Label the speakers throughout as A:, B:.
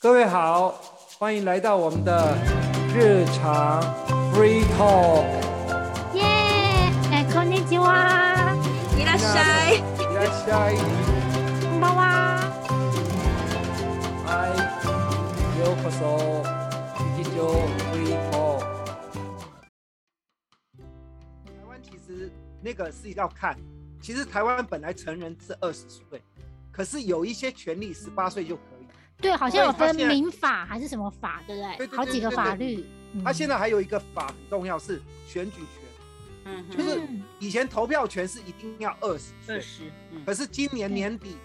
A: 各位好，欢迎来到我们的日常 free talk。
B: 耶，哎，こんにちは，
C: 伊拉塞，
A: いらっしゃい。
B: こんばんは。
A: 嗨，ようこそ。日常 free talk。台湾其实那个是要看，其实台湾本来成人是二十岁，可是有一些权利十八岁就可以。
B: 对，好像有
A: 对他
B: 分
A: 现在
B: 民法还是什么法，对不
A: 对对
B: 对？
A: 对
B: 好几个
A: 对对
B: 法律。嗯
A: 他现在还有一个法很重要，是选举权。
C: 嗯
A: 就
C: 哼，
A: 是
B: 嗯
A: 以前投票权是一定要二十岁
C: 二，十，嗯
A: 可是今年
B: 对
A: 年底，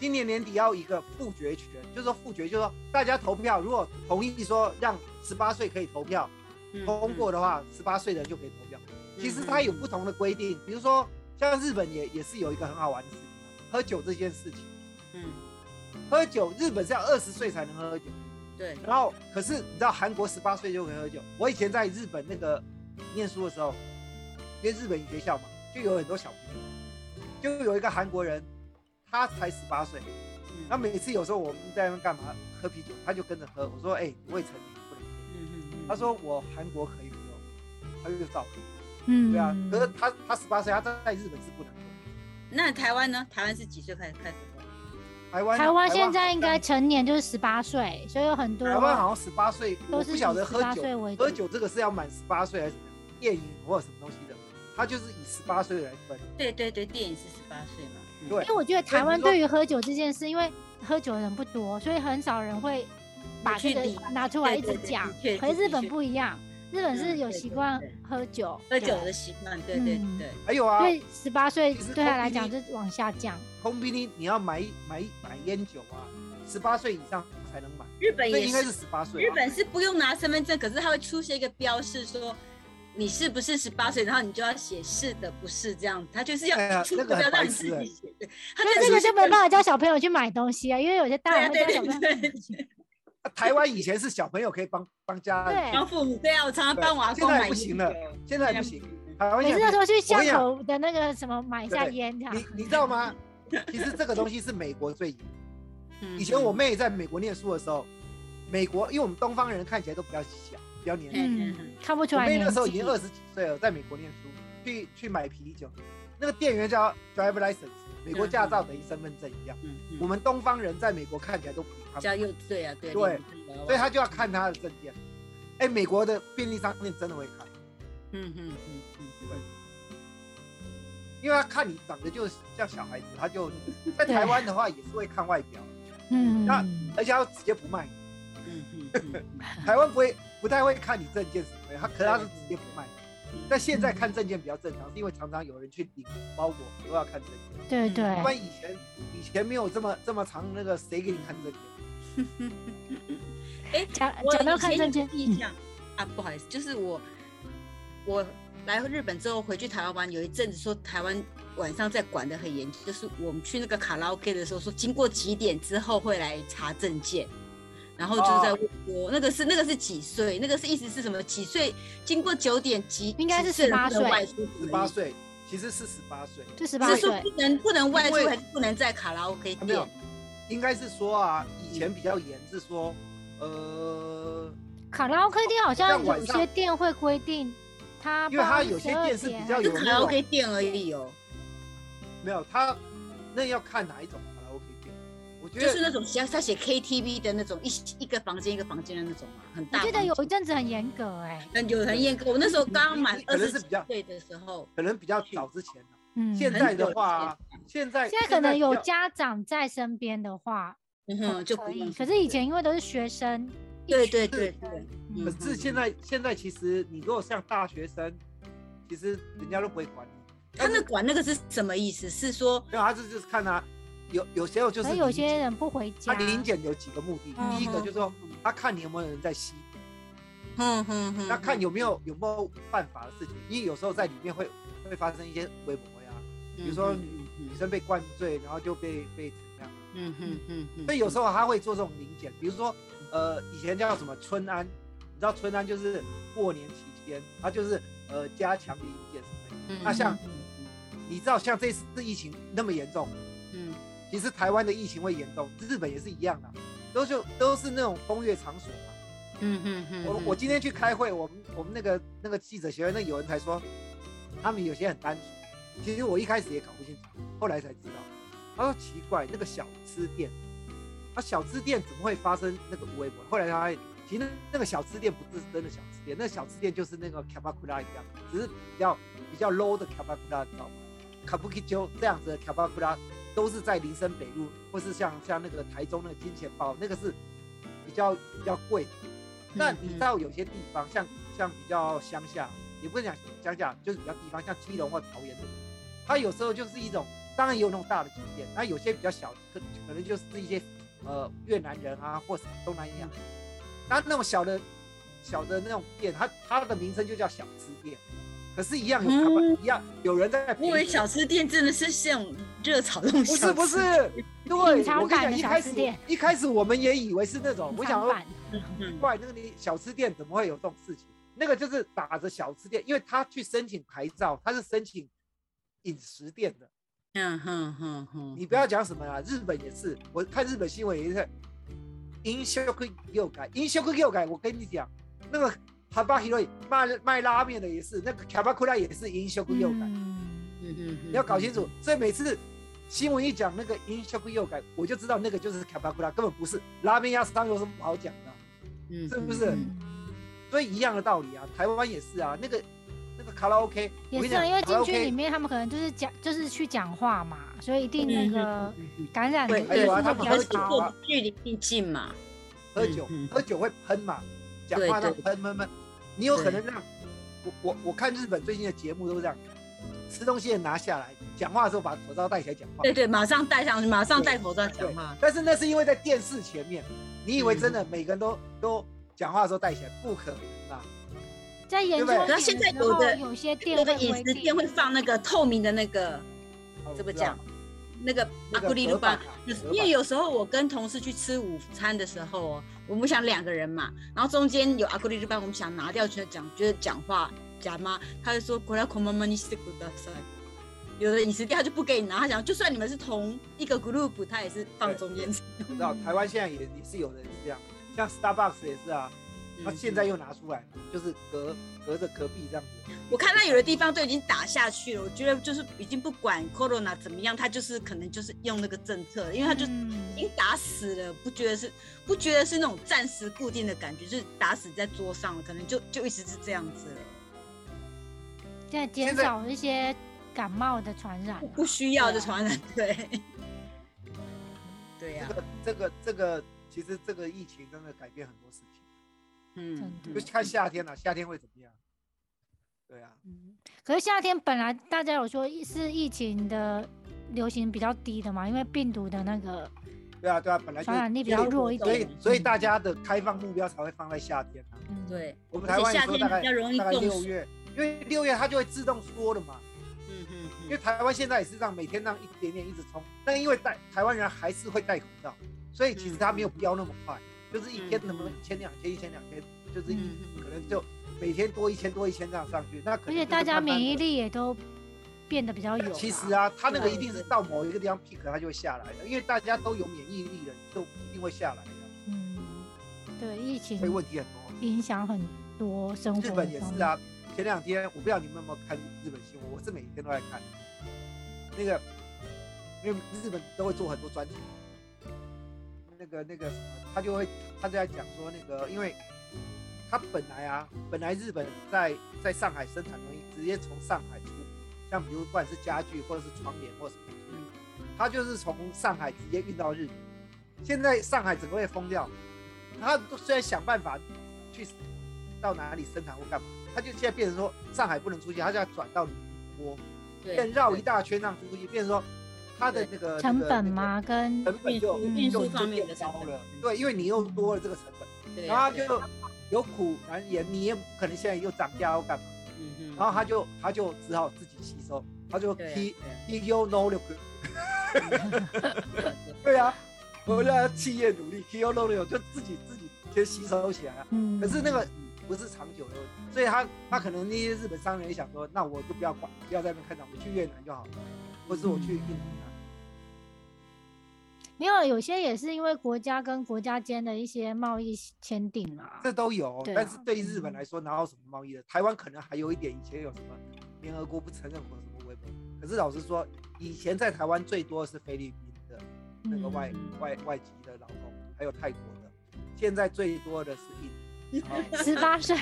A: 今年年底要一个复决权，就是说复决，就是说大家投票，如果同意说让十八岁可以投票
C: 嗯
A: 通过，的话，十八岁的人就可以投票。
C: 嗯
A: 其实它有不同的规定，比如说像日本也也是有一个很好玩的事情，喝酒这件事情，
C: 嗯，
A: 喝酒日本是要二十岁才能喝酒，
C: 对，
A: 然后可是你知道韩国十八岁就可以喝酒。我以前在日本那个念书的时候，因为日本语学校嘛，就有很多小朋友，就有一个韩国人，他才十八岁，
C: 嗯
A: 那每次有时候我们在那边干嘛喝啤酒，他就跟着喝。我说：“哎、你未成年不能喝。
C: 嗯嗯”
A: 他说：“我韩国可以不用。”他就照喝。
B: 嗯
A: 对啊，可是他他十八岁，他在日本是不能喝。
C: 那台湾呢？台湾是几岁开始开始喝？
A: 台湾
B: 台湾现在应
A: 好
B: 该
A: 像
B: 成年就是十八岁，所以有很多
A: 台湾好像十八岁，
B: 哦都
A: 我
B: 是
A: 不晓得
B: 以
A: 喝
B: 18
A: 酒
B: 岁为主
A: 喝酒这个是要满十八岁还是怎么样电影或者什么东西的，它就是以十八岁来分。
C: 对对对，电影是十八岁嘛，嗯
A: 对
B: 因为我觉得台湾
A: 所以
B: 对
A: 你
B: 于喝酒这件事，因为喝酒的人不多，所以很少人会把这个
C: 去理
B: 拿出来一直
C: 对对对
B: 讲
C: 的确。
B: 可是日本
C: 的确
B: 不一样，日本是
C: 嗯
B: 有
C: 对
B: 习
C: 对
B: 惯
C: 对
B: 喝酒，
C: 喝酒的习惯，对对
B: 嗯
C: 对，
A: 还有啊
B: 所，以十八岁
A: 其实
B: 对他来
A: Kobe
B: 讲就往下降。
A: 空宾利你要买买买烟酒啊，十八岁以上才能买，
C: 日本
A: 所以
C: 也
A: 应该
C: 是
A: 是，十八岁啊。
C: 日本是不用拿身份证，可是它会出现一个标示说。你是不是十八岁？然后你就要写是的，不是这样，他就是要
A: 哎呀
C: 出
A: 那
C: 个
A: 个很
C: 标
A: 白
C: 让你自
A: 痴哎
C: 己写。对他
B: 那
C: 就
B: 这个
C: 是
B: 就没办法叫小朋友去买东西啊，因为有些大
C: 对啊
B: 人会
C: 对
B: 叫
C: 对
B: 小朋友去买
C: 对
B: 东西。
A: 啊台湾以前是小朋友可以帮帮家人，
C: 帮
B: 对，
C: 父母对啊，我常常
A: 对
C: 帮我阿公
A: 现在
C: 买
A: 不
C: 衣
A: 行
C: 服嗯
A: 了
C: 的
A: 现在不行。台湾
B: 每
A: 现
B: 次
A: 在
B: 都说去巷
A: 我跟你讲
B: 口的那个什么买一下
A: 对
B: 烟这样。
A: 你你知道吗？其实这个东西是美国 最严的。
C: 嗯
A: 以前我妹在美国念书的时候，美国因为我们东方人看起来都比较小，比较年轻。
B: 嗯，看不出
A: 我
B: 来
A: 妹
B: 年
A: 那时候已
B: 纪
A: 经。二十几岁了，在美国念书，去去买啤酒，那个店员叫 driver license，美
B: 嗯
A: 国驾照等于身份证一样。
C: 嗯嗯
A: 我们东方人在美国看起来都不比他
C: 比
A: 们大，
C: 较幼稚啊，
A: 对，
C: 对
A: 所以
C: 他
A: 他就要看他的证件。哎，美国的便利商店真的会看，
C: 嗯嗯嗯嗯，
A: 因为他看你长得就像小孩子，他 就在台湾的话也是会看外表，
B: 嗯，
A: 那而且他直接不卖你。
C: 嗯嗯嗯
A: 台湾不会不太会看你证件什么的，他可是他是直接不卖你。
C: 嗯，
A: 但现在看证件比较正常，是因为常常有人去领包裹都要看证件。
B: 对对，
A: 不然以前以前没有这么这么长，那个谁给你看证件？
C: 哎，
B: 讲
C: 我
B: 讲到
C: 以
B: 看
C: 前
B: 证
C: 有
B: 件，
C: 印
B: 嗯
C: 象啊，不好意思，就是我我来日本之后回去台湾玩，有一阵子说台湾晚上在管得很严，就是我们去那个卡拉 OK 的时候说，经过几点之后会来查证件。然后就是在问说，那个是那个是几岁？那个是意思是什么？几岁？经过九点几？
B: 应该是
C: 几岁了
B: 18
C: 不能
B: 岁
C: 外出
A: 十八岁，其实是十八岁，
B: 就十八
C: 是说
B: 岁
C: 不，能不能外出
A: 因为，
C: 还是不能在卡拉 OK
A: 啊没有
C: 店？，
A: 应该是说啊，以前比较严是说，呃，
B: 卡拉 OK 店好像
A: 像晚
B: 有
A: 上
B: 些店会规定他，
A: 因为它有些店是比较
C: 就
A: 有
C: 卡
A: 那
C: 拉
A: 种
C: OK 店而已哦，
A: 没有他那要看哪一种卡拉 OK 店，我觉
C: 就是
A: 得
C: 那种写他写 KTV 的那种，一一个房间一个房间的那种嘛，很
B: 我
C: 大
B: 记得
C: 房间。
B: 有一阵子很严格哎，
C: 很有人验过，我那时候刚满
A: 你可
C: 二
A: 能
C: 十
A: 是
C: 几
A: 比较
C: 岁的时候，
A: 可能比较早之前啊
B: 嗯，
A: 现在的话
C: 很久以，
A: 现在
B: 现在可能有
A: 比较
B: 家长在身边的话
C: 嗯哼，就
B: 可
C: 不一
B: 以，
C: 样
B: 可是以前因为都是学生，一
C: 对
B: 群
C: 对对对，
B: 嗯
A: 可是现在现在其实你如果像大学生，其实人家都不会管你，
C: 他们管那个是什么意思？是说
A: 没有，他这就是看他有有时候就
B: 可
A: 是啊
B: 能有
A: 临
B: 些
A: 检
B: 人不啊回
A: 他
B: 家，
A: 临检有几个目的，
C: 嗯
A: 第一个
C: 哼
A: 就是说他看你有没有人在吸毒。
C: 嗯哼哼哼，
A: 那看有没有有没有犯法的事情，因为有时候在里面会会发生一些违规啊，
C: 嗯
A: 比如说女女生被灌醉，然后就被被怎么样，
C: 嗯哼嗯哼，
A: 所以有时候他会做这种临检，比如说呃以前叫什么春安，你知道春安就是过年期间，他就是呃加强临检什么的。
C: 嗯
A: 那像你知道像这次疫情那么严重，
C: 嗯
A: 其实台湾的疫情会严重，日本也是一样的，啊都就都是那种风月场所啊嘛。
C: 嗯嗯嗯，
A: 我我今天去开会，我们我们那个那个记者协会，那有人才说，他们有些很单纯。其实我一开始也搞不清楚，后来才知道。他说奇怪，那个小吃店，啊小吃店怎么会发生那个微博？后来他还其实那个小吃店不是真的小吃店，那小吃店就是那个 kabakura 一样，只是比较比较 low 的 kabakura，你知道吗？kabuki 就这样子的 kabakura 都是在林森北路，或是像像那个台中那个金钱豹，那个是比较比较贵的。那你到有些地方，像像比较乡下，也不是讲乡下，就是比较地方，像基隆或桃园这种，它有时候就是一种，当然也有那种大的酒店，那有些比较小，可可能就是一些呃越南人啊，或是东南亚，那那种小的小的那种店，它它的名称就叫小吃店，可是，一样有卡巴、
C: 嗯
A: 一样有人在
C: 我
A: 评
C: 以为
A: 论。
C: 小吃店真的是像热炒那种
A: 不是
C: 小吃，
A: 不是，对，我跟你
B: 常版
A: 讲，
B: 的
A: 一
B: 小
A: 开
B: 吃
A: 始
B: 店
A: 一开始我们也以为是那种，我想
B: 长
A: 说
B: 板
C: 嗯，
A: 怪那个你小吃店怎么会有这种事情？那个就是打着小吃店，因为他去申请牌照，他是申请饮食店的。
C: 嗯哼哼哼，
B: 嗯
A: 你不要讲什么啦，日本也是，我看日本新闻也是。饮食又改，饮食又改，我跟你讲，那个哈巴 hero 卖卖拉面的也是，那个卡巴库拉也是饮食又改。
B: 嗯
C: 嗯嗯，
A: 你要搞清楚。所以每次新闻一讲那个音效不又改，我就知道那个就是卡巴库拉，根本不是拉面鸭商有什么好讲的啊、
C: 嗯，
A: 是不是
C: 嗯
A: 所以一样的道理啊，台湾也是啊，那个那个卡拉 OK，我
B: 也
A: 跟你
B: 是
A: 讲，
B: 啊，因为
A: 卡拉
B: 进去里
A: OK，
B: 面他们可能就是讲，就是去讲话嘛，所以一定那
C: 嗯
B: 个
C: 嗯嗯
B: 感染的
C: 对
B: 人
A: 还有
C: 对，
A: 啊
B: 数
A: 他们
B: 会比
A: 喝
B: 较
A: 酒啊
B: 高。
C: 我们距离毕竟嘛，
A: 喝酒、
C: 嗯嗯
A: 喝酒会喷嘛，讲话
C: 对
A: 那
C: 对
A: 种喷喷喷，你有可
C: 对
A: 能让我我我看日本最近的节目都是这样，吃东西的拿下来，讲话的时候把口罩戴起来讲话
C: 对，对，马上戴上，马上戴口罩讲话，
A: 但是那是因为在电视前面，你以为真的每个人都、都讲话的时候戴起来，不可能啊。
B: 在研究
A: 对不对
C: 可是现在
B: 点的时
C: 有
B: 候
C: 的
B: 有些店
C: 有的
B: 会
C: 饮
B: 规
C: 食
B: 定
C: 店会放那个透明的那个
A: 哦
C: 怎
A: 我
C: 么
A: 知道
C: 讲那个
A: 那
C: 阿
A: 个
C: 古丽
A: 隔
C: 鲁巴
A: 板啊，隔
C: 因
A: 板
C: 为有时候我跟同事去吃午餐的时候哦，我们想两个人嘛，然后中间有阿古丽鲁巴，我们想拿掉，觉得讲觉得讲话假妈，他就说过来恐妈妈你是古的噻。有的饮食店他就不给你拿，他讲就算你们是同一个 group，他也是放中间吃。
A: 我知道台湾现在也也是有人是这样，像 Starbucks 也是啊，那、
C: 嗯
A: 现在又拿出来，就是隔隔着隔壁这样子。
C: 我看到有的地方都已经打下去了，我觉得就是已经不管 corona 怎么样，他就是可能就是用那个政策了，因为他就
B: 嗯
C: 已经打死了，不觉得是不觉得是那种暂时固定的感觉，就是打死在桌上了，可能就就一直是这样子了，
B: 在减
A: 现在
B: 少一些感冒的传染啊。
C: 不需要就传染， 对，啊对啊呀、
A: 这个这个这个，其实这个疫情真的改变很多事情，
C: 嗯，
B: 真
A: 就
B: 的
C: 嗯
A: 看夏天了、夏天会怎么样？对啊，
B: 嗯可是夏天本来大家有说疫是疫情的流行比较低的嘛，因为病毒的那个
A: 对啊，对啊，本来就
B: 传染力比较弱一
A: 所以
B: 点。
A: 所以大家的开放目标才会放在夏天啊。
B: 嗯，
C: 对，
A: 我们台
C: 而且
A: 湾也
C: 夏
A: 说
C: 天
A: 大概
C: 比较容易
A: 大概
C: 中
A: 六
C: 暑，
A: 月，因为六月它就会自动缩了嘛。
C: 嗯嗯
A: 因为
C: 嗯，
A: 台湾现在也是这样，每天这样一点点一直冲，但因为戴台湾人还是会戴口罩，所以其实他没有
B: 嗯
A: 飙那么快，就是一天
C: 嗯
A: 能不能一千两千一千两千，就是一
C: 嗯嗯
A: 可能就每天多一千多一千这样上去，那可能
B: 而且
A: 就是
B: 大家
A: 慢慢
B: 免
A: 地
B: 疫。力也都变得比较有。
A: 其实，啊，他那个
C: 对
A: 一定是到某一个地方 peak 它就会下来的，因为大家都有免疫力了，就一定会下来的，
B: 嗯，对疫情
A: 所以问题很多。
B: 影响很多生活。
A: 日本也是啊，，前两天我不知道你们有没有看日本新闻，我是每天都在看。那个，因为日本都会做很多专题，那个那个什么，他就会他就在讲说那个，因为他本来啊，本来日本在在上海生产东西，直接从上海出，像比如不管是家具或者是窗帘或者什么东西，他就是从上海直接运到日本。现在上海整个被封掉，他都虽然想办法去到哪里生产或干嘛，他就现在变成说上海不能出去，他就要转到宁波，变
C: 对，
A: 绕一大圈让出去，变成说他的那个
B: 成
A: 那
B: 本？
A: 个那个
B: 嘛，跟
A: 成本就
B: 嗯
C: 运
A: 就
C: 输
A: 就
C: 方面
A: 变
C: 的
A: 高
C: 成本
A: 了，对，因为你又多了这个成本，
C: 对
A: 然后
C: 啊，
A: 他就有苦难言，你也不可能现在又涨价又干嘛，
C: 嗯嗯，
A: 然后他就他就只好自己吸收，他就
C: 对啊
A: T
C: 对啊
A: T U no
C: 对啊
A: 对啊，我让企业努力 T U no 就自己自己先吸收起来啊，
B: 嗯，
A: 可是那个不是长久的问题，所以他他可能那些日本商人也想说，那我就不要管，
B: 嗯
A: 不要在那边看到，我去越南就好了，或是我去印尼啊。
B: 没有，有些也是因为国家跟国家间的一些贸易签订嘛。
A: 这都有，哦
B: 对啊
A: 但是对于日本来说，哪有什么贸易的？台湾可能还有一点，以前有什么联合国不承认或者什么微博。可是老实说，以前在台湾最多是菲律宾的
B: 嗯
A: 那个外、外外籍的劳工，还有泰国的，现在最多的是 印尼。然后
B: 十 八岁，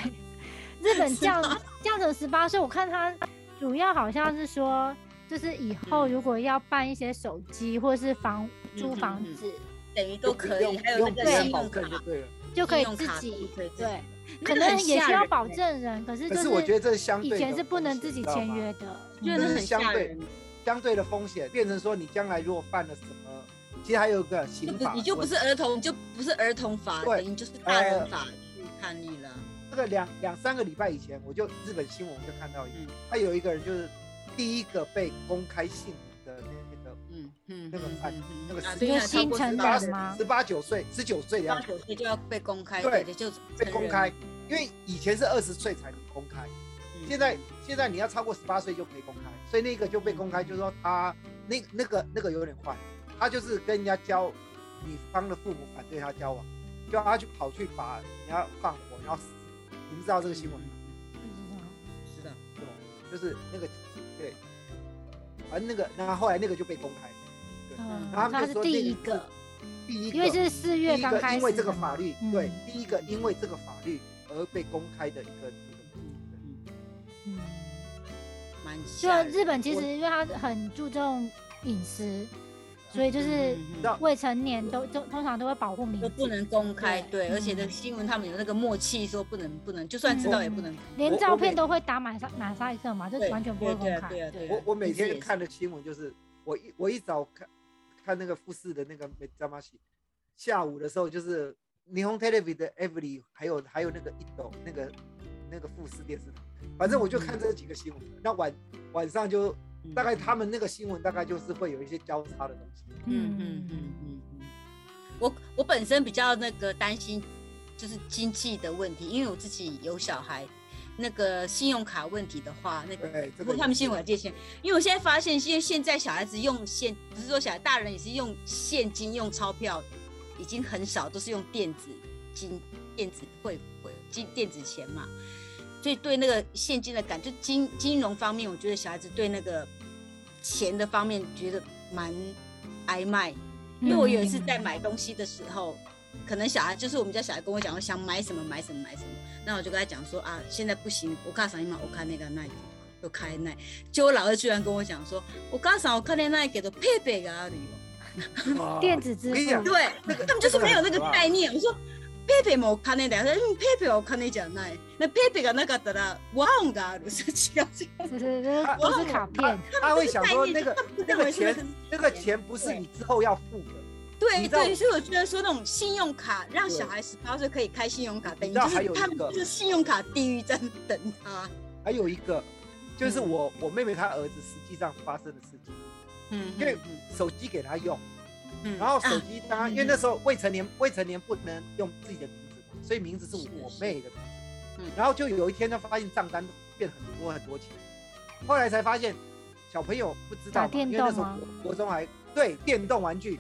B: 日本降降成十八岁，我看他主要好像是说，就是以后
A: 嗯
B: 如果要办一些手机或是房租房
C: 嗯嗯嗯
B: 子，
C: 等于都可以，
A: 用
C: 还有
A: 用别
C: 那个
A: 人
C: 信
A: 保
C: 用
A: 证就
C: 卡，
A: 对了。
B: 就可以自
C: 信用
B: 己
C: 卡可以自己
B: 对，
C: 那
B: 可
C: 个很
B: 能也
C: 吓
B: 需要
C: 人
B: 保
C: 欸
B: 证人，可是
A: 可
B: 就是
A: 我觉得这是相
B: 以
A: 对的
B: 前是不能
A: 风险
B: 自己
A: 你知道
B: 签
A: 吗
B: 约的，
C: 觉得
A: 这
C: 很
A: 是相
C: 吓
A: 对
C: 人。
A: 相对的风险，变成说你将来如果犯了什么，其实还有一个
C: 你
A: 刑
C: 不
A: 法，
C: 你就不是儿童，你就不是儿童法，
A: 对
C: 等于就是大人
A: 呃
C: 法去判你了。
A: 这个两两三个礼拜以前，我就日本新闻我就看到一个
C: 嗯，
A: 他有一个人就是第一个被公开性的那个
C: 嗯嗯，
A: 那个
C: 嗯
A: 判
C: 嗯嗯
A: 那个
C: 啊
A: 死
C: 对啊
B: 刑
C: 超过
B: 成
C: 18
A: 八
B: 人吗
A: 十八九岁、十九岁的样
C: 八
A: 子
C: 九岁就要被公开，
A: 对
C: 对，就
A: 被公开，因为以前是二十岁才能公开，
C: 嗯
A: 现在现在你要超过十八岁就可以公开，所以那个就被公开，就是说他那那个那个有点坏，他就是跟人家交，女方的父母反对他交往，就他去跑去把人家放火，然后死，你们知道这
C: 这
A: 个新闻吗？
C: 嗯
B: 不知道
C: 知道，
A: 对吧就是那个对，反正那个，然后后来那个就被公开，对，
B: 嗯，
A: 然后
B: 他
A: 们
B: 是
A: 就说
B: 第
A: 那
B: 一
A: 是
B: 个，，
A: 第一个，
B: 因为是四
A: 第
B: 月
A: 一
B: 刚
A: 个
B: 开始
A: 因
B: 的嘛，
A: 为这个法律，
B: 嗯
A: 对，第一个因为这个法律而被公开的一个那
B: 嗯，
C: 蛮
B: 就
C: 吓人
B: 啊日本其
A: 我
B: 实因为他很注重隐私，所以就是
C: 嗯嗯嗯
A: 个，
B: 未成年都都通常都会保护名
C: 都
B: 字，
C: 不能公开，
B: 对
C: 对，而且
B: 嗯
C: 的新闻他们有那个默契，说不能不能，就算知道也不能。
B: 连
A: 我
B: 照
A: 我每
B: 片都会打马赛马赛克嘛，就
C: 对
B: 完全不会
C: 对对
B: 公
C: 啊
B: 开。
C: 对啊对啊
A: 我我每
C: 这
A: 天
C: 也是
A: 看的新闻就是，我一我一早看看那个富士的那个美扎马西，下午的时候就是霓虹 TV 的 Every，还有还有那个一斗那个那个富士电视台，反正我就看这几个新闻。那晚晚上就
C: 嗯
A: 大概他们那个新闻大概就是会有一些交叉的东 西。
C: 嗯嗯嗯嗯嗯，我我本身比较那个担心就是经济的问题，因为我自己有小孩，那个信用卡问题的话，那个
A: 对，这个
C: 不过他们
A: 也是
C: 信用卡借钱，因为我现在发现，因为现在小孩子用现，不是说小孩，大人也是用现金、用钞票，已经很少，都是用电子金、电子汇、汇金、电子钱嘛。所以对那个现金的感，就金金融方面，我觉得小孩子对那个钱的方面觉得蛮挨卖。
B: 嗯
C: 因为我有一次在买东西的时候，可能小孩就是我们家小孩跟我讲，我想买什么买什么买什么，那我就跟他讲说啊，现在不行，我看上一嘛，我看那个那就开那，结果我老二居然跟我讲说，我刚上我看那那给的佩佩给他旅游，
A: 啊
B: 电子支
A: 我跟你
B: 付
A: 讲，
C: 对，他们就是没有那个
A: 这个很可怕
C: 概念，我说。佩嗯佩もお金だよ。うん、ペイペイはお金じゃない。那ペイペイがなかったら、ワンがある。違う違う。
B: 是是是，不是卡片，
A: 他会想说那个那个
C: 钱
A: 钱，那个钱不是你之后要付的。你
C: 对
A: 知道
C: 对，所以我觉得说那种信用卡，让
A: 对
C: 小孩十八岁可以开信用卡，等于
A: 知道
C: 就
A: 还有
C: 是
A: 一
C: 他们
A: 个
C: 就是信用卡地狱在等他。
A: 还有一个就是
C: 嗯
A: 我我妹妹她儿子实际上发生的事情，
C: 嗯，
A: 因为手机给他用，
C: 嗯
A: 然后
B: 啊
A: 手机当
C: 嗯
A: 然因为那时候未成年未成年不能用自己的名字嘛，所以名字是
C: 是
A: 我
C: 是
A: 妹的名字
C: 嗯。
A: 然后就有一天她发现账单变很多很多钱，后来才发现小朋友不知道
B: 打
A: 嘛，
B: 电
A: 因为那
B: 动
A: 时候
B: 吗
A: 国国中还对电动玩具，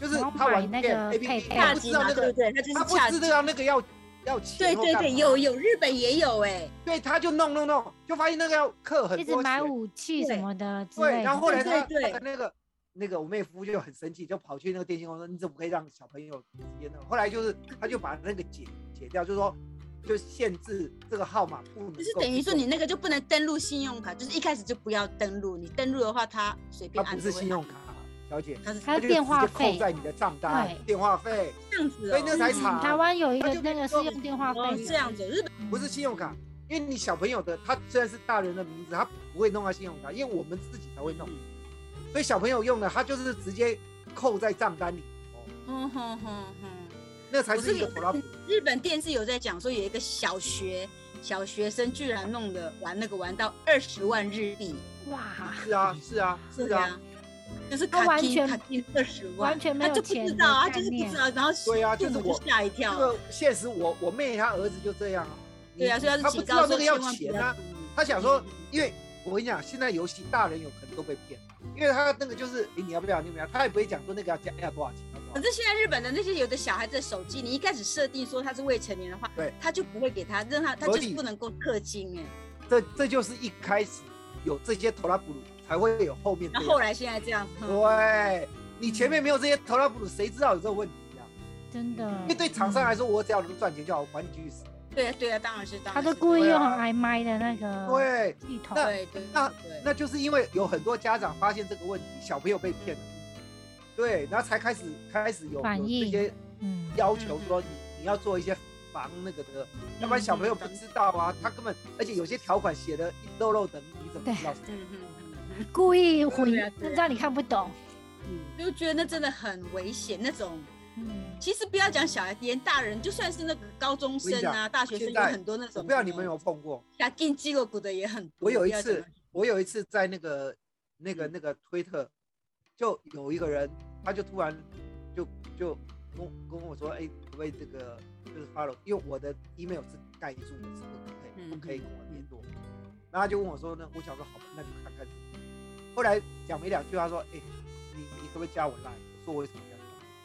A: 就是
B: 然后
A: 他玩
B: 买那
A: 电
B: 个
A: A P
B: 配
A: P，
B: 配
A: 他
C: 恰
A: 不知
C: 吉
A: 道
C: 嘛，
A: 那
C: 对不
A: 个
C: 对？他就
A: 他
C: 是
A: 不
C: 恰
A: 知
C: 吉。
A: 道那个要要钱，
C: 对对对，有。有日本也有哎，
A: 对，他就弄弄弄，就发现那个要氪很
B: 一直
A: 多
B: 买
A: 钱，
B: 武器什
C: 对
B: 么的之类
A: 对，
B: 的。
A: 然后后来他
C: 对对对
A: 他的那个那个我妹夫就很生气，就跑去那个电信公司说，你怎么可以让小朋友直接那个？后来就是他就把那个解解掉，就是说就限制这个号码不能够去
C: 就是
A: 用，
C: 等于说你那个就不能登录信用卡，就是一开始就不要登录，你登录的话，他随
A: 它
C: 便按
A: 不
C: 都
A: 是
C: 会
A: 信用卡，小姐，
C: 按，他是
A: 它
B: 它是
A: 就
B: 电
A: 直
B: 话
A: 接
B: 费
A: 扣在你的账单
B: 对、
A: 电话费，
C: 这样子哦，
A: 所以那才
B: 嗯
A: 查
B: 台湾有一
A: 他
B: 个
A: 就变
B: 那个是
A: 成
B: 用电话
C: 哦
B: 费
C: 这
A: 啊
B: 的，
C: 样子，日本
A: 不是信用卡。因为你小朋友的，他虽然是大人的名字，他不会弄到信用卡，因为我们自己才会
C: 嗯
A: 弄，所以小朋友用的，他就是直接扣在账单里，哦，
C: 嗯哼哼哼。
A: 那才
C: 我
A: 是
C: 是
A: 一个
C: 有
A: 头脑补。
C: 日本电视有在讲说，有一个小学小学生居然弄的玩那个玩到二十万日币，
B: 哇，
A: 是啊，是啊，是
C: 对
A: 啊。
C: 啊，就是
B: 他
C: 卡
B: 完
C: 金
B: 全
C: 卡金二十万，
B: 完全没有
C: 他就不
B: 钱
C: 知
B: 的
C: 道啊，
B: 概
C: 就是不
B: 念
C: 知道，然后
A: 对啊就
C: 父
A: 是
C: 母就
A: 我
C: 吓一跳
A: 这，个现实我我妹她儿子就这样啊。你
C: 对啊，所以
A: 他
C: 是
A: 不
C: 警
A: 知道
C: 告
A: 那
C: 说
A: 个
C: 千
A: 要
C: 万不
A: 钱
C: 要
A: 啊
C: 赌，
A: 他想说
C: 嗯，
A: 因为我跟你讲，现在尤其大人有可能都被骗，因为他那个就是，诶你要不要，你不要，他也不会讲说那个要加要多少钱，要多
C: 可
A: 少钱
C: 是现在日本的那些有的小孩子的手机，你一开始设定说他是未成年的话，
A: 对，
C: 他就不会给他，让他他
A: 合
C: 就
A: 理
C: 是不能够氪金哎。
A: 这这就是一开始有这些头拉布鲁，才会有后面这
C: 然
A: 样。
C: 后后来嗯现在这样，嗯
A: 对，你前面没有这些头拉布鲁，谁知道有这个问题啊？
B: 真的嗯
A: 因为，对厂商来
C: 嗯
A: 说，我只要能赚钱就好，我管你去死。
C: 对啊对啊，当然是当然
B: 他
C: 是。
B: 都故意
A: 对
B: 用
A: 啊
B: 很挨麦的那
C: 嗯
B: 个
A: 对，啊
B: 系统。
C: 对对
A: 那
C: 对
A: 那就是因为有很多家长发现这个问题，小朋友被骗了，对，然后才开始开始有
B: 反
A: 有
B: 应
A: 这些
B: 嗯，
A: 要求，说你你要做一些防那个的，要不然小朋友不知道啊，他根本而且有些条款写的漏漏等，你怎么知道？
C: 嗯嗯嗯
B: 故意混
C: 对啊对啊，
B: 让你看不懂。
C: 嗯，就觉得那真的很危险。那种
B: 嗯，
C: 其实不要讲小孩，连大人，就算是那个高中
A: 我跟
C: 生
A: 你讲
C: 啊、大学
A: 现
C: 生，有
A: 在
C: 很多那
A: 我
C: 种。
A: 不知道你们有没有碰过，
C: 加进肌肉骨的也很多。
A: 我有
C: 不
A: 一
C: 要
A: 次
C: 讲，
A: 我有一次在那个那个
C: 嗯
A: 那个推特，就有一个人，他就突然就就跟我跟我说，哎、可不可以这个就是 follow？因为我的 email 是盖住的，是不可以
C: 嗯
A: 不可以跟我
C: 嗯
A: 联络。然后他就问我说呢，我想说好吧，那就看看。后来讲没两句，他说，哎、你你可不可以加我 line？我说我为什么加你 line？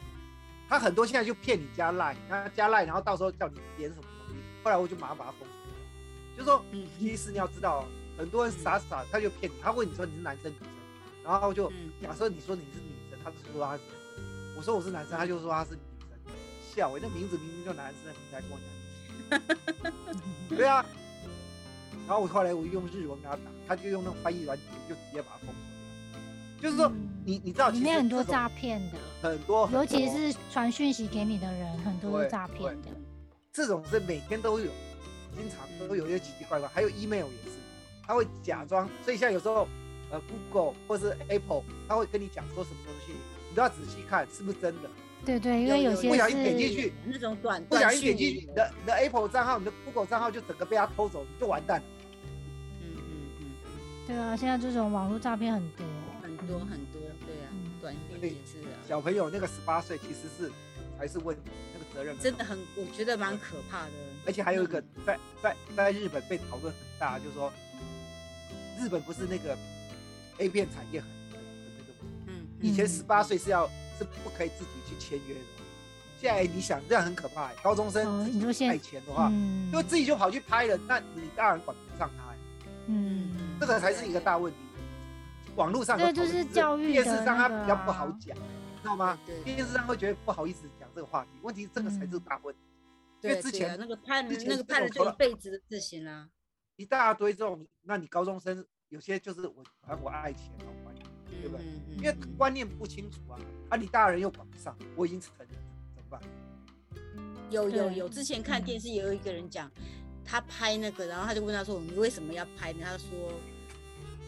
A: 他很多现在就骗你加 line，然后加 line，然后到时候叫你点什么东西。后来我就马上把他封锁掉，就说
C: 嗯
A: 第一次你要知道，很多人傻傻他就骗你，他问你说你是男生女生，然后就
C: 嗯
A: 假设你说你是女生，他就说他是男生；我说我是男生，他就说他是女生。笑我、那名字明明就男生的名字，还跟我讲 女生。对啊，然后我后来我用日文给他打，他就用那种翻译软件，就直接把他封锁掉。就是说，
B: 嗯
A: 你你知道，
B: 里
A: 其实
B: 面很多
A: 这种
B: 诈骗的，
A: 很多，
B: 尤其
A: 很多
B: 是传讯息给你的人，很多
A: 对
B: 都诈骗
C: 嗯
B: 的。
A: 这种是每天都有，经常都有一些奇奇怪
C: 嗯
A: 怪，还有 email 也是，他会假装，所以现在有时候，呃，Google 或是 Apple，他会跟你讲说什么东西，你都要仔细看是不是真的，
B: 对对，因为有
C: 有有
B: 些
A: 不小心点进
B: 是，
A: 去，
C: 那种短
A: 不小
C: 短
A: 心点
C: 讯
A: 进去，
C: 息
A: 你的你的 Apple 账号、你的 Google 账号就整个被他偷走，你就完蛋了。
C: 嗯嗯嗯，
B: 对啊，现在这种网络诈骗很多，
C: 很多
B: 嗯
C: 很多，对啊，
B: 嗯
C: 短讯也是啊，
A: 小朋友那个十八岁其实是才是问题，那个责任
C: 真的嗯很，我觉得蛮可怕的。
A: 而且还有一个在在在日本被讨论很大，就是说日本不是那个 A 片产业很很很那个吗？
C: 嗯，
A: 以前
B: 嗯
A: 十八岁是要是不可以自己去签约的，现在你想这样很可怕、欸高中生
B: 哦
A: 自
B: 你说
A: 己
B: 现
A: 带钱的话，
B: 嗯
A: 啊就自己就跑去拍了，那你当然管不上他、欸
B: 嗯，
A: 这个才是一个大问题。网络上有
B: 对
A: 讨论
B: 就是教育
A: 电
B: 的
A: 视上它
B: 那
A: 比
B: 个
A: 较不好
B: 啊
A: 讲，欸你知道吗？
C: 对
A: 电视上会觉得不好意思讲这个话题，问题这个才
B: 嗯
A: 是大问题。因
C: 对
A: 为之
C: 对啊
A: 前
C: 那个判
A: 之前
C: 那个
A: 是
C: 判
A: 有
C: 了
A: 头
C: 就一
A: 脑
C: 辈子的事情啦。
A: 一大堆这种，那你高中生有些就是我反正我爱钱，然后管你对吧
C: 嗯嗯
A: 因为
C: 嗯
A: 观念不清楚啊，啊你大人又管不上，我已经成人了，怎么办？
C: 有有
B: 对
C: 有，之前看
B: 嗯
C: 电视也有一个人讲，他拍那个，然后他就问他说：“你为什么要拍呢？”他说：“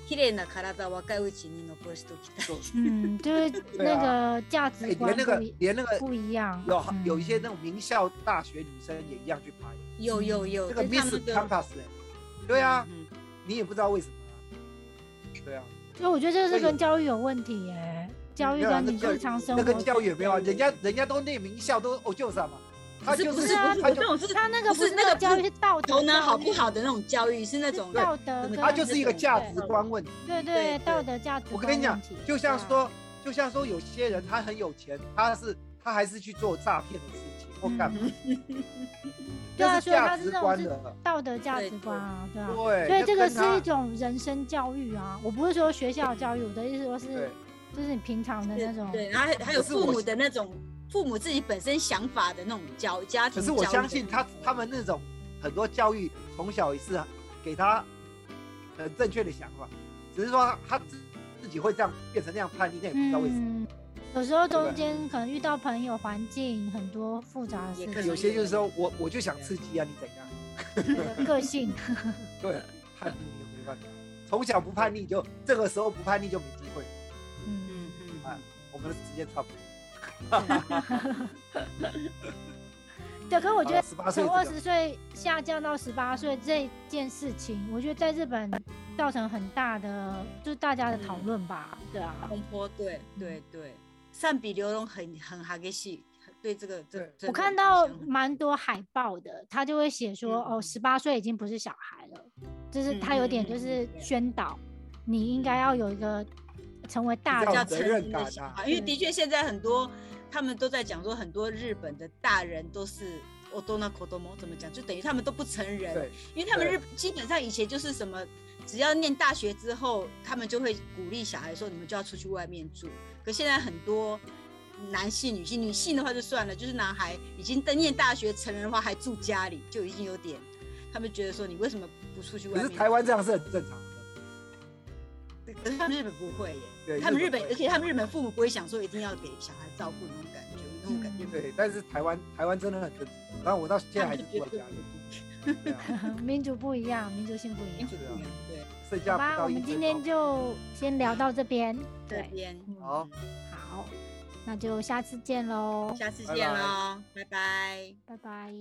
C: 綺麗な体は外一に残してお きたい。
B: 嗯，就是那个价
A: 哎
B: 值观
A: 连那个
B: 不一
A: 连那个
B: 不一样，
A: 有有一些
B: 嗯
A: 那种名校大学女生也一样去拍，”
C: 有有有，
A: 嗯这个
C: 就是他
A: Miss
C: 们就
A: Campus，欸对啊，
C: 嗯
A: 你也不知道为什么啊，对啊，
B: 所以我觉得这
A: 所以
B: 是跟教育有问题耶，教育
A: 没有啊
B: 跟
A: 那
B: 你
A: 教
B: 日常生
A: 那
B: 活
A: 跟教育也没有啊，
C: 对
A: 人家人家都念名校都哦就是啊嘛，他
C: 可是
A: 就
C: 不
A: 是
C: 是啊，
A: 他
C: 我这
A: 就
C: 种是
B: 他那个
C: 不是
B: 是那
C: 那个
B: 个
C: 不
B: 教
C: 是
B: 育是道德
C: 头脑好
B: 教
C: 不
B: 育
C: 好的那种教育，是那种
B: 是道德
C: 对
B: 跟，
C: 他
A: 他啊就是一个价值
B: 对
A: 观问题。
B: 对
C: 对
B: 对
C: 对
B: 道德价值
A: 我
B: 观
A: 跟
B: 问
A: 你
B: 题。
A: 讲，就像
B: 对啊
A: 说，就像说，有些人他很有钱，他是他还是去做诈骗的事情或
B: 嗯
A: 干嘛，
B: 对
A: 这
B: 啊，
A: 是
B: 所以
A: 价
B: 他是
A: 值
B: 那
A: 观
B: 种是
A: 的。
B: 道德价
C: 对
B: 值观啊，对啊。
A: 对，
B: 所以
A: 那
B: 这个
A: 跟他
B: 是一种人生教育啊，我不是说学校教育，我的意思说
A: 对
B: 是，就是你平常的那种，
C: 对，然后还还有
A: 可是我
C: 父母的那种父母自己本身想法的那种教家庭
A: 可
C: 教育的那种。
A: 是我相信他他们那种很多教育从小也是给他很正确的想法，只是说他自自己会这样变成那样叛逆，那也不知道为什么。
B: 嗯，有时候
A: 对
B: 中间可能遇到朋友、环境很多复杂的事
C: 也可
A: 那
C: 能
A: 有
B: 情，
A: 些就是说我
B: 嗯
A: 我就想刺激啊，你怎样？
B: 那个个性，
A: 对，叛逆就没办法，从小不叛逆就这个时候不叛逆就没机会。
B: 嗯，
C: 嗯嗯
A: 啊我们的时间差不多。嗯
B: 对。可是我觉得
A: 好了18岁
B: 从
A: 这个
B: 二十岁下降到十八岁这件事情，我觉得在日本造成很大的，就是大家的讨论吧，对啊，
C: 风波，对对对，善比流动很很哈给戏，对这个这
A: 对
C: 真
B: 我
C: 的
B: 看
C: 影
B: 到
C: 响很
B: 蛮多海报的，他就会写说，
C: 嗯
B: 哦，十八岁已经不是小孩了，就是他有点
C: 嗯嗯嗯
B: 就
C: 嗯
B: 是
C: 对
B: 宣导，你应该要有一个成为大
A: 比较
B: 人
C: 叫
A: 有。
C: 成
A: 责任
C: 人
A: 感
C: 的
A: 啊
C: 小孩，因为的确现在很多他们都在讲说，很多日本的大人都是。我都那口都摸怎么讲？就等于他们都不成人，
A: 对，
C: 因为他们
A: 对
C: 日基本上以前就是什么，只要念大学之后，他们就会鼓励小孩说你们就要出去外面住。可现在很多男性、女性，女性的话就算了，就是男孩已经登念大学成人的话还住家里，就已经有点，他们觉得说你为什么不出去外
A: 可
C: 面
A: 是
C: 住？
A: 台湾这样是很正常的，
C: 可是他们日本不会
A: 对
C: 耶，他们
A: 日
C: 日
A: 本
C: 本
A: 不，会
C: 而且他们日本父母不会想说一定要给小孩照顾那种感觉，那种感觉。
A: 对，但是台湾台湾真的很正常，然后我到嗯现在
C: 他
A: 还
C: 们
A: 是
C: 就
A: 住
C: 觉
A: 在
C: 得
A: 家里，对啊
B: 民族不一样，民族性不一样。
A: 是啊
C: 对，
A: 剩
B: 好
A: 下不
B: 吧，
A: 到
B: 我
A: 一哦
B: 们
A: 分
B: 今天
A: 钟
B: 就先聊到这边。
C: 这
B: 对，
C: 边
B: 嗯
A: 好，
B: 好，那就下次见喽，
C: 嗯下次
A: 拜
C: 见
A: 拜
C: 喽，拜拜。
B: 拜拜。